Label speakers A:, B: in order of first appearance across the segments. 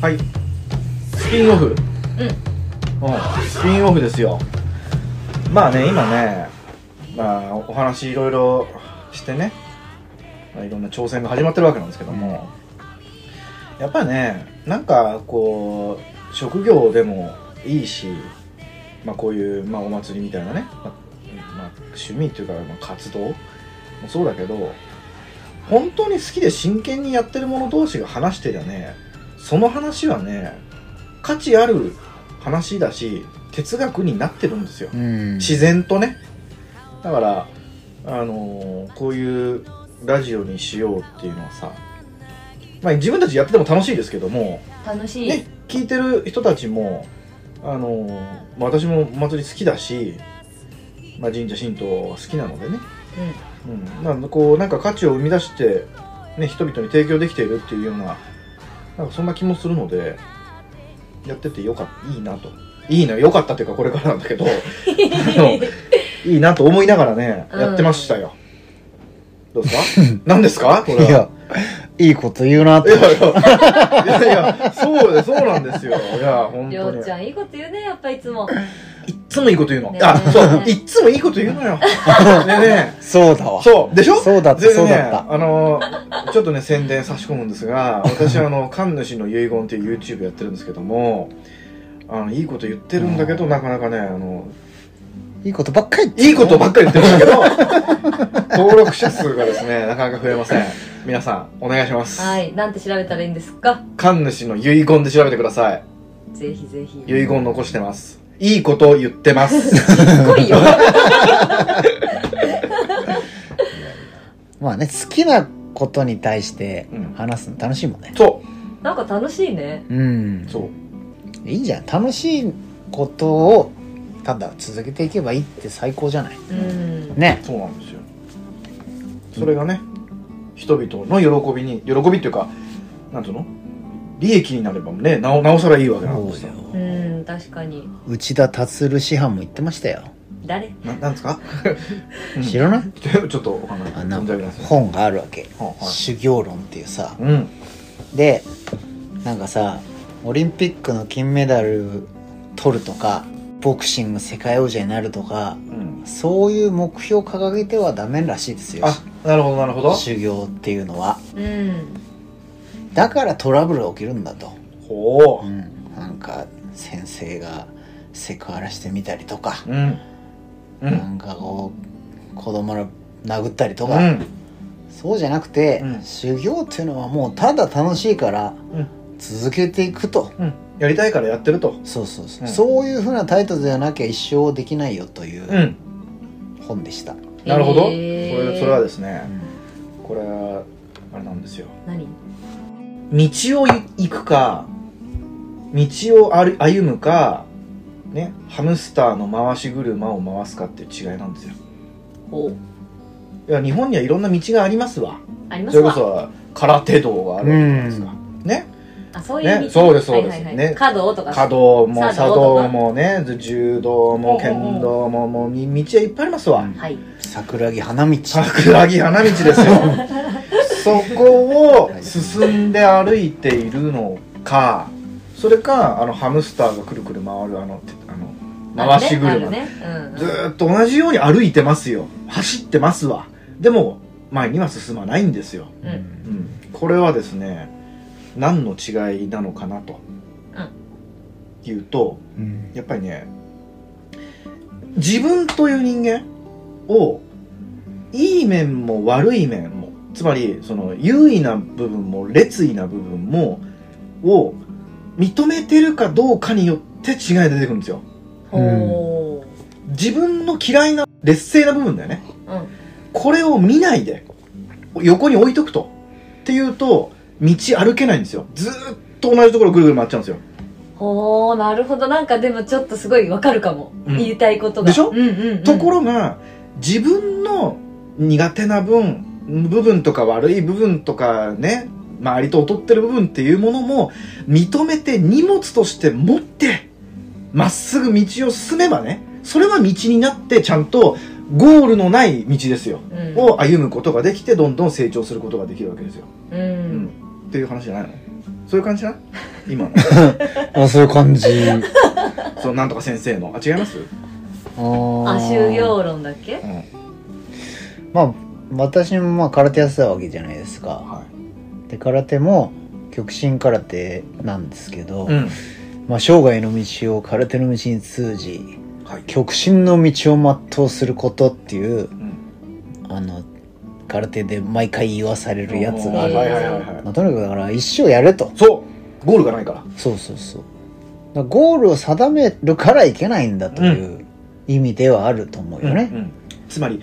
A: はいスピンオフ
B: うん
A: うんスピンオフですよまあね今ねまあお話いろいろしてね、まあ、いろんな挑戦が始まってるわけなんですけども、やっぱねなんかこう職業でもいいし、まあ、こういう、まあ、お祭りみたいなね、まあまあ趣味というか、まあ、活動もそうだけど本当に好きで真剣にやってる者同士が話してりゃねその話はね価値ある話だし哲学になってるんですよ、
C: うん
A: 自然とねだからあのーこういうラジオにしようっていうのはさまあ自分たちやってても楽しいですけども、
B: 楽しい、
A: ね、聞いてる人たちもあのーまあ私もお祭り好きだし、まあ、神社神道が好きなのでね、うん、なんでこうなんか価値を生み出して、ね、人々に提供できているっていうようななんかそんな気もするのでやっててよかったいいなといいなよかったというかこれからなんだ けどあのいいなと思いながらね
B: うん
A: やってましたよ、どうです か何ですかこれはい
C: やいいこと言うなっ
A: い
C: て
A: やいや いやいやそうでそうなんですよいや本
B: り
A: 当
B: ょ
A: に
B: うちゃんいいこと言うねやっぱいつも
A: いっつもいいこと言うの、
B: ね
A: あそういっつもいいこと言うの よねえねえ
C: そうだわ
A: そうでしょ
C: そうだった
A: で
C: そう
A: ね
C: だった
A: あのちょっとね宣伝差し込むんです が私あの神主の遺言っていう YouTube やってるんですけどもあのいいこと言ってるんだけど、なかなかねあの
C: いいことばっかり言って
A: いいことばっかり言ってるんだけど 登録者数がですねなかなか増えません皆さんお願いします、
B: はいなんて調べたらいいんですか
A: 神主の遺言で調べてください
B: ぜひぜひ
A: 遺言残してますいいことを言ってます
B: 来いよ
C: まあね好きなことに対して
A: うん
C: 話すの楽しいもんね
A: そ
B: なんか楽しいね
C: うん
A: うそう
C: いいじゃん楽しいことをただ続けていけばいいって最高じゃない
B: うん
C: ね
A: そうなんですよそれがね人々の喜びに喜びっていうかなんていうの利益になればねなおなおさらいいわけなんですよ
B: うん確かに
C: 内田達郎師範も言ってましたよ
B: 誰
A: ななんですかうん
C: 知らない
A: ちょっとわかんない
C: あな
A: 存
C: ん
A: じ
C: か
A: 上げないです
C: 本があるわけ
A: はい
C: 「
A: はい
C: 修行論」っていうさ
A: うん
C: でなんかさオリンピックの金メダル取るとかボクシング世界王者になるとか
A: うん
C: そういう目標を掲げてはダメらしいですよ
A: あなるほどなるほど
C: 修行っていうのは
B: うん
C: だからトラブルが起きるんだと、
A: ほ
C: うん、なんか先生がセクハラしてみたりとか、
A: ううんう
C: なんんかこう子供ら殴ったりと
A: う
C: か、
A: ん
C: そうじゃなくて、
A: うん
C: 修行っていうのはもうただ楽しいから
A: うん
C: 続けていくと、
A: うんやりたいからやってると
C: そうそうそう、
A: うん
C: そういうふうなタイトルでなきゃ一生できないよといううん本でした、うん
A: なるほど、
B: へー
A: それそれはですねこれはあれなんですよ
B: 何
A: 道を行くか道を歩歩むか、ね、ハムスターの回し車を回すかっていう違いなんですよ
B: ほう
A: いや日本にはいろんな道がありますわ
B: ありま
A: そ
B: す
A: れこ
B: わ
A: そ空手道があるじゃないですか、ね
B: あそういう意味
A: ねそうですそうです、
B: はいはいはい
A: ね
B: 角とか
A: 華道も
B: 茶
A: 茶
B: 道
A: 道もね柔道も剣道ももうみ道はいっぱいありますわ、
C: うん
B: はい
C: 桜木花道
A: 桜木花道です よそこを進んで歩いているのかそれかあのハムスターがくるくる回るあのてあの回し
B: あ
A: 車、
B: るねあるね
A: ずーっと同じように歩いてますよ走ってますわでも前には進まないんですよ、
B: うんうん
A: うん、これはですね何の違いなのかなと、
B: うん
A: 言うと
C: うん
A: やっぱりね自分という人間をいい面も悪い面もつまりその優位な部分も劣位な部分もを認めてるかどうかによって違いが出てくるんですよ
B: ほ
A: 自分の嫌いな劣勢な部分だよね
B: ううん
A: これを見ないで横に置いとくとっていうと道歩けないんですよずーっと同じところぐるぐる回っちゃうんですよ
B: ほうなるほどなんかでもちょっとすごいわかるかも、
A: うん
B: 言いたいことが
A: でしょ
B: うんうんうん、
A: ところが自分の苦手な分部分とか悪い部分とかね周りと劣ってる部分っていうものも認めて荷物として持ってまっすぐ道を進めばねそれは道になってちゃんとゴールのない道ですよ
B: うん、
A: を歩むことができてどんどん成長することができるわけですよ、
B: う
A: うんん、っていう話じゃないのそういう感じな今の
C: あそういう感じ
A: そのなんとか先生のあ違います、う
B: あ
C: あ
B: 修行論だっけ
A: ん
C: まあ私もまあ空手やってたわけじゃないですか
A: は
C: で空手も極真空手なんですけど、
A: いうん
C: まあ、生涯の道を空手の道に通じ
A: はい、
C: 極真の道を全うすることっていう
A: うん、
C: あの空手で毎回言わされるやつが
A: は
C: あ
A: い
C: る、
A: はいはいはい
C: まあ、とにかくだから一生やれと
A: そうゴールがないから
C: そうそうそうだからゴールを定めるからいけないんだという意味ではあると思うよね、
A: うんうんつまり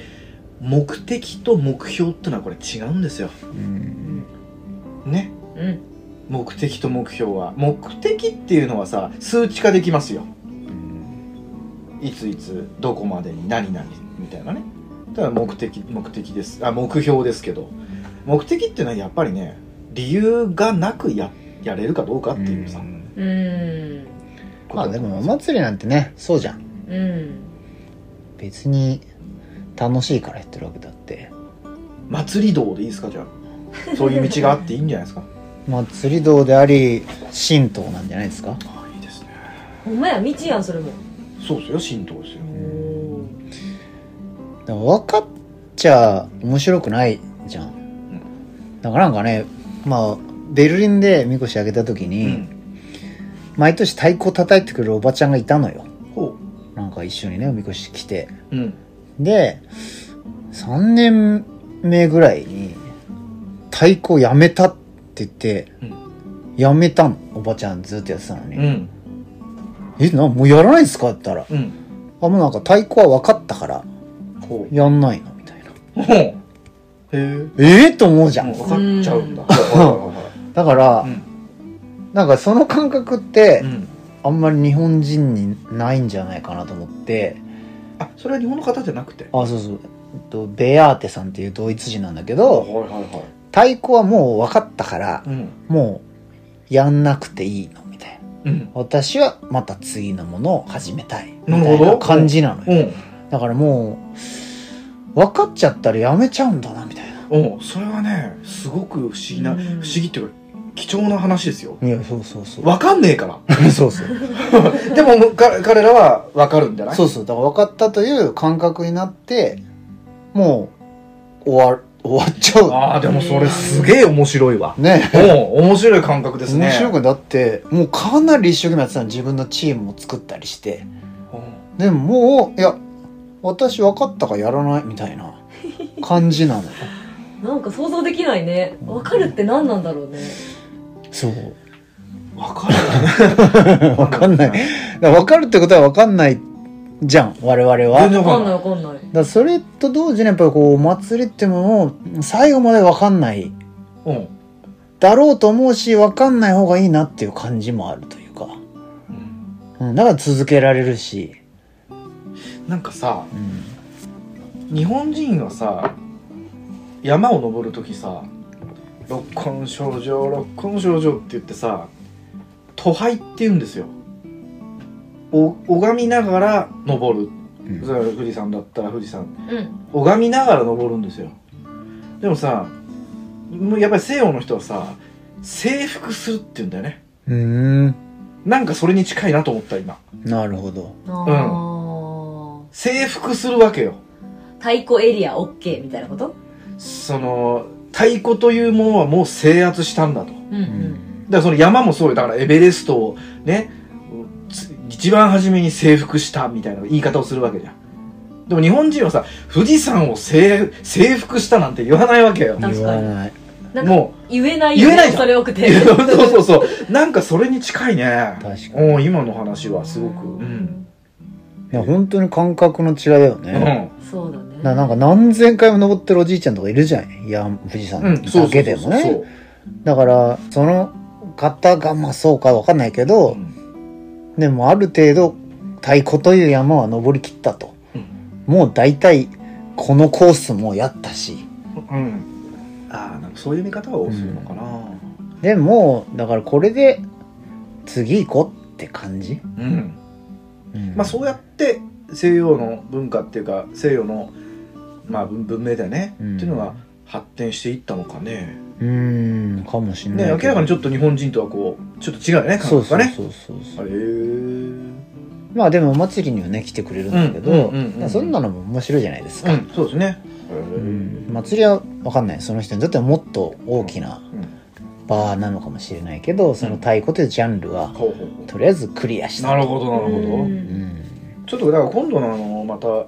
A: 目的と目標ってのはこれ違うんですよ
C: うん
A: ね
B: うん
A: 目的と目標は目的っていうのはさ数値化できますよ
C: うん
A: いついつどこまでに何々みたいなねただ目的目的ですあ目標ですけど目的っていうのはやっぱりね理由がなくややれるかどうかっていうさ、
C: ん
B: うーん
A: こと
C: まあ
A: だ
C: で
A: と思
C: もお
A: います
C: 祭りなんてねそうじゃん
B: うん
C: 別に楽しいからやってるわけだって
A: 祭り道でいいですかじゃあそういう道があっていいんじゃないですか
C: 祭り道であり神道なんじゃないですか
A: あ あいいですね
B: ほんまや道やんそれも
A: そうですよ神道ですよ
B: お
C: でも分かっちゃ面白くないじゃん、だからなんかねまあベルリンでみこしあげた時
A: う
C: に、毎年太鼓叩いてくるおばちゃんがいたのよ
A: ほ
C: なんか一緒にねおみこし来て
A: ううん
C: で3年目ぐらいに太鼓やめたって言って、
A: うん
C: やめたのおばちゃんずっとやってたのに「
A: うん
C: えなもうやらないんすか?」って言ったら「
A: うん
C: あもうなんか太鼓は分かったから
A: ほう
C: やんないの」みたいな
A: ほうへえ
C: ええと思うじゃん、
A: もう分かっちゃうんだ
B: うん
C: だから、
A: うん
C: なんかその感覚って、
A: うん
C: あんまり日本人にないんじゃないかなと思って
A: あそれは日本の方じゃなくて
C: あそうそうえっとベアーテさんっていうドイツ人なんだけど
A: はいはいは
C: 太鼓はもう分かったから
A: いうん
C: もうやんなくていいのみたいな
A: うん
C: 私はまた次のものを始めたいみ
A: な
C: た
A: る
C: い
A: ほど
C: な感じなの
A: う
C: よ
A: ん
C: だからもう分かっちゃったらやめちゃうんだなみたいな
A: うんそれはねすごく不思議な、
B: うん
A: 不思議っていうか貴重な話ですよ
C: いやそうそうそう
A: 分かんねえか
C: そうそう
A: らでもか彼らは分かるんじゃない
C: そうそうだから分かったという感覚になってもう終わ終わっちゃう
A: ああでもそれすげえ面白いわ
C: ね
A: うん面白い感覚ですね
C: 面白くだってもうかなり一生懸命やってたの自分のチームを作ったりして
A: うん
C: でももういや私分かったからやらないみたいな感じなの
B: なんか想像できないねわかるって何なんだろうね
C: そう
A: 分かるよね
C: 分かんないだから分かるってことは分かんないじゃん我々は
A: 全然
C: だか
B: わ
A: 分
B: か
A: か
B: ん
A: ん
B: な
A: ない
B: いわかんない
C: らそれと同時にやっぱりこうお祭りってものを最後まで分かんない
A: うん
C: だろうと思うし分かんない方がいいなっていう感じもあるというか、
A: うん
C: うん、だから続けられるし、
A: なんかさ
C: うん、
A: 日本人はさ山を登る時さ「六根症状六根症状」って言ってさ「徒拝」って言うんですよお拝みながら登る
C: うん
A: それは富士山だったら富士山
B: うん
A: 拝みながら登るんですよでもさもうやっぱり西洋の人はさ征服するって言うんだよね
C: うーん
A: なんかそれに近いなと思った今
C: なるほど
B: ああ
A: 征服するわけよ
B: 太鼓エリア OK みたいなこと
A: その太鼓というものはもう制圧したんだと
B: うんう
C: うんん
A: だからその山もそうよだからエベレストをねつ一番初めに征服したみたいな言い方をするわけじゃんでも日本人はさ富士山を征征服したなんて言わないわけよ
B: 確かに
C: 言わない
B: なんか
A: も
B: 言えないよ
A: 言えない
B: ね
A: じゃん
B: それ多く
A: う
B: て
A: そう そうそうなんかそれに近いね
C: 確かに
A: うん今の話はすごくうん、
C: いや本当に感覚の違いだよ
A: う
C: ね、
A: ん、
B: そうだね
C: ななんか何千回も登ってるおじいちゃんとかいるじゃんいや富士
A: う
C: 山
A: ん、そう
C: だ
A: そう
C: け
A: そ
C: で
A: う
C: も
A: そう
C: ね、だからその方がまあそうかわかんないけ
A: そう
C: ど、
A: ん
C: でもある程度太鼓という山は登りきったと、
A: うん
C: もう大体このコースもやったし
A: うん、ああなんかそういう見方をするのかな
C: でもだからこれで次行こうって感じ、
A: うん
C: うん
A: まあ、そうやって西洋の文化っていうか西洋の、まあ、文文明だよね、
C: うん
A: っていうのが発展していったのかね
C: うーんのかもしれない
A: ね
C: けど
A: 明らかにちょっと日本人とはこうちょっと違うよね感
C: そう
A: 覚
C: そ
A: が
C: う
A: ね
C: そうそう
A: あ
C: そう
A: れうん
C: まあでもお祭りにはね来てくれるんだけど、
A: うんうんうんうん
C: そんなのも面白いじゃないですか、
A: そうですねへ
C: う
A: ー
C: ん祭りは分かんないその人にとってはもっと大きな
A: うん
C: バーなのかもしれないけどその太鼓というジャンルは
A: ほうほうほ
C: とりあえずクリアし
A: う
C: た
A: なるほどなるほど、
C: うん
A: ちょっとだから今度のあのまたお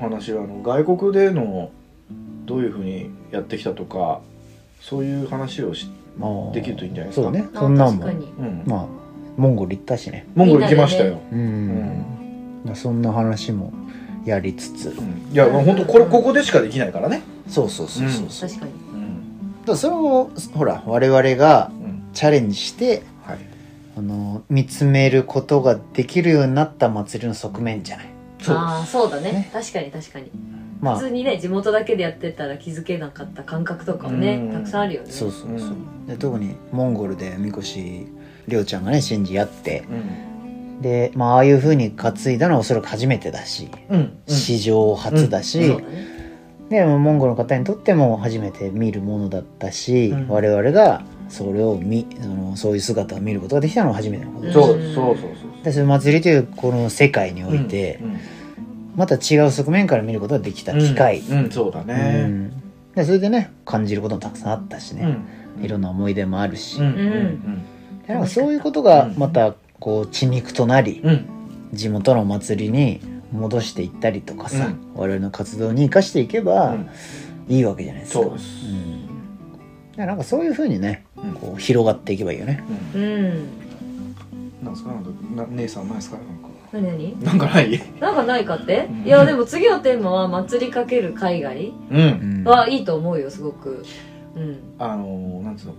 A: 話はあの外国でのどういうふうにやってきたとかそういう話をし、
C: まあ
A: できるといいんじゃないですか
C: そうね
B: あ
C: そんなん
B: 確
C: も
B: かに
A: うん
C: まあモンゴル行ったしね
A: モンゴル行きましたよ、
C: うん、まあそんな話もやりつつ
A: うんいやもう本当これここでしかできないからね、
C: そうそうそうそうそう、
B: 確かに
A: うん
C: だからそれもほら我々が
A: うん
C: チャレンジして
A: はい、
C: あの見つめることができるようになった祭りの側面じゃない
A: そう
B: ああそうだね
C: ね
B: 確かに確かに
C: まあ
B: 普通にね地元だけでやってたら気づけなかった感覚とかもね
A: うん
B: たくさんあるよね
C: そうそうそう、
A: う
C: で特にモンゴルでみこしりょうちゃんがね信じやって
A: うん
C: で、まあああいう風に担いだのはおそらく初めてだし
A: うんうん
C: 史上初だし、
B: そうだね
C: でモンゴルの方にとっても初めて見るものだったし、
A: うん
C: 我々がそれを見そのそういう姿を見ることができたのは初めてのことだし、
A: そう
B: うん
A: そうそうそう
C: でその祭りというこの世界において、
A: うん
C: また違う側面から見ることができた
A: うん
C: 機会、
A: うん、うんそうだ
C: う
A: ね
C: んでそれでね感じることもたくさんあったし
A: う
C: ね、
A: ん
C: いろんな思い出もあるし、
A: うん
B: うん
C: でなんかそういうことがまたこう血肉となり、
A: うんうん
C: 地元のお祭りに戻していったりとかさ、
A: うん
C: 我々の活動に生かしていけば
A: うん
C: いいわけじゃないですか、
A: そうです
C: んだからなんかそういうふうにね
A: うん
C: こう広がっていけばいいよね
A: うん
B: うん
A: なんですかなんかな姉さんないですかなんか
B: 何何
A: なんかない
B: なんかないかって
A: うん
B: いやでも次のテーマは祭りかける海外
A: う
C: うんん
B: はいいと思うよすごくうん
A: あのなんつうのこ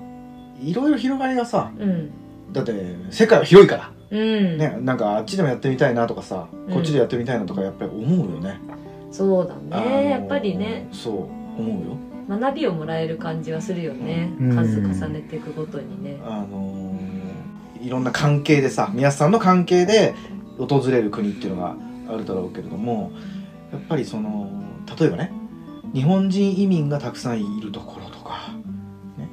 A: ういろいろ広がりがさ
B: うん
A: だって世界は広いか
B: うん、
A: らねなんかあっちでもやってみたいなとかさ
B: うん
A: こっちでやってみたいなとかやっぱり思うよね、
B: そうだ
A: あの
B: ねやっぱりね
A: そう思うよ
B: 学びをもらえる感じはするよね
C: うん
B: 数重ねていくごとにね
A: あのーいろんな関係でさ皆さんの関係で訪れる国っていうのがあるだろうけれどもやっぱりその例えばね日本人移民がたくさんいるところとか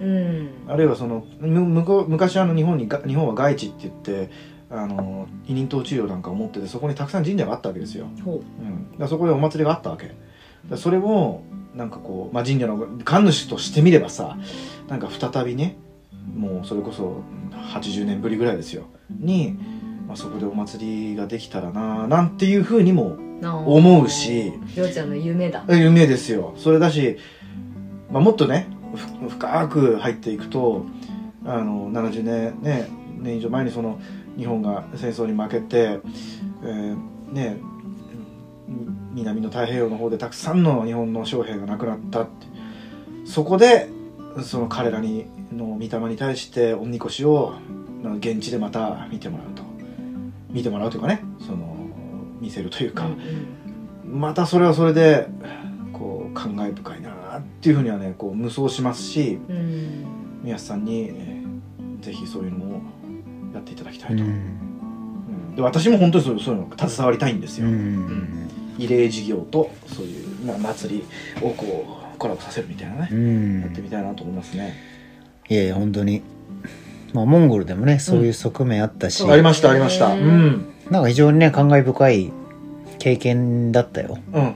B: うん
A: あるいはそのむ向こう昔あの日本にが日本は外地って言ってあの委任統治領なんかを持っててそこにたくさん神社があったわけですよ、
B: ほ
A: うん、だからそこでお祭りがあったわけだからそれをなんかこう、まあ、神社の神主としてみればさなんか再びねもうそれこそ80年ぶりぐらいですよに、まあ、そこでお祭りができたらなあなんていうふうにも
B: うなあ
A: 思うし
B: りょうちゃんの夢だ
A: 夢ですよそれだし、まあ、もっとねふ深く入っていくとあの70年ね年以上前にその日本が戦争に負けて、えーねうん南の太平洋の方でたくさんの日本の将兵が亡くなったってそこでその彼らにの御霊に対して御神輿をあの現地でまた見てもらうと見てもらうというかねその見せるというか、
B: うん
A: またそれはそれでこう感慨深いなっていうふうにはねこう無双しますし
B: うん
A: 宮下さんに、えーぜひそういうのをやっていただきた
C: う
A: いと、
C: ん
A: うんで私も本当にそういうそういうの携わりたいんです
C: う
A: よ、
C: ん
A: 慰霊事業とそういうな祭りをこうコラボさせるみたいな
C: う
A: ね、
C: ん
A: やってみたいなと思いますね、
C: いやいや本当にまあモンゴルでもねそういう側面あったし、
B: うん
A: ありましたありましたう
B: へー
A: ん
C: なんか非常にね感慨深い経験だったよ、
A: うん
C: うん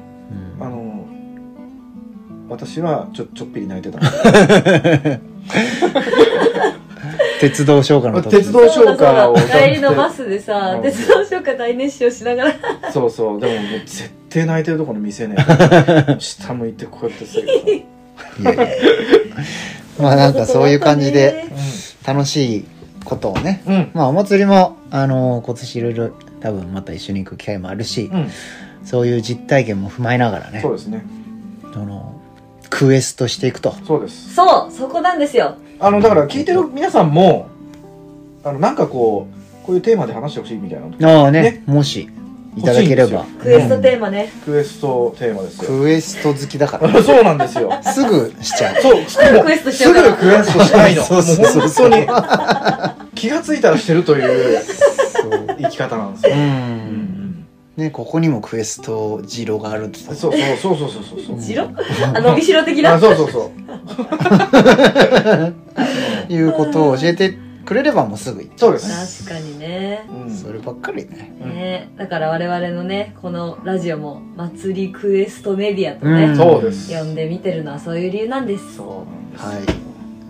A: あの私はちょちょっぴり泣いてた
C: 鉄道消化の時
A: 鉄道
B: そうだそうだ
A: 消化を
B: 帰りのバスで
A: う
B: さ
A: ん
B: 鉄道消化大熱唱しながら
A: そうそうでももう絶対泣いてるところ見せ ねえから下向いてこうやってするから
C: いやいやいや まあなんかそういう感じで
B: ね
C: 楽しいことをね
A: うん。
C: まあお祭りもあの今年いろいろ多分また一緒に行く機会もあるし、
A: うん。
C: そういう実体験も踏まえながらね
A: そうですね。
C: そのクエストしていくと
A: そうです。
B: そうそこなんですよ
A: あの、だから聞いてる皆さんも、あの、なんかこう、こういうテーマで話してほしいみたいなの
C: ああね
A: ね
C: もしいただければ
A: 欲しいん
B: クエストテーマね
A: クエストテーマですよ。
C: クエスト好きだから
A: そうなんですよ。
C: すぐしちゃう
A: そう、もう
B: ぐクエストしちゃ
A: す
B: うから
A: ぐクエストしたいの。 も
C: そううそうそうそう
A: 本当に、 気がついたらしてるという
C: そう
A: 生き方なんですよ
C: う。
A: うんん
C: ねここにもクエストジロがあるって
A: そうそうそうそうそうそうそう。
B: ジロあの伸びしろ的
A: あ
B: な
A: そうそうそう。
C: いうことを教えてくれればもうすぐ行っ
A: そうです。
B: 確かにね
A: う。ん
C: そればっかりね。
B: ねだから我々のね、このラジオも、祭りクエストメディアと
C: うん
B: ね、
A: そうです。
B: 呼んで見てるのはそういう理由なんです。
A: そうなんです。
C: はい。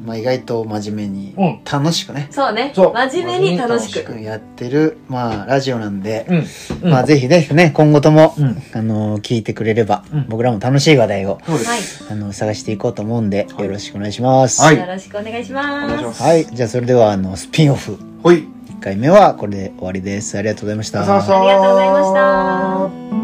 C: まあ意外と真面目に
A: うん、
C: 楽しくね、
B: そうね。
A: そう
B: 真面目に楽し
A: 真面目に楽しく
B: く。
C: やってる、まあラジオなんで、
A: うん。うん
C: まあぜひぜひね、今後とも、
A: うん
C: あの、聞いてくれれば、
A: うん
C: 僕らも楽しい話題を、
A: そうです。
B: はい。
C: あの、探していこうと思うんで、
A: はい
C: よろしくお願いします。
A: はい
B: よろしくお願いし
A: お
B: ま
A: 願い
B: す
A: し。ます。
C: はい。じゃあそれでは、あの、スピンオフ、
A: ほい。
C: 1回目はこれで終わりです。ありがとうございました。
A: ありがとうございました。
B: ありがとうございました。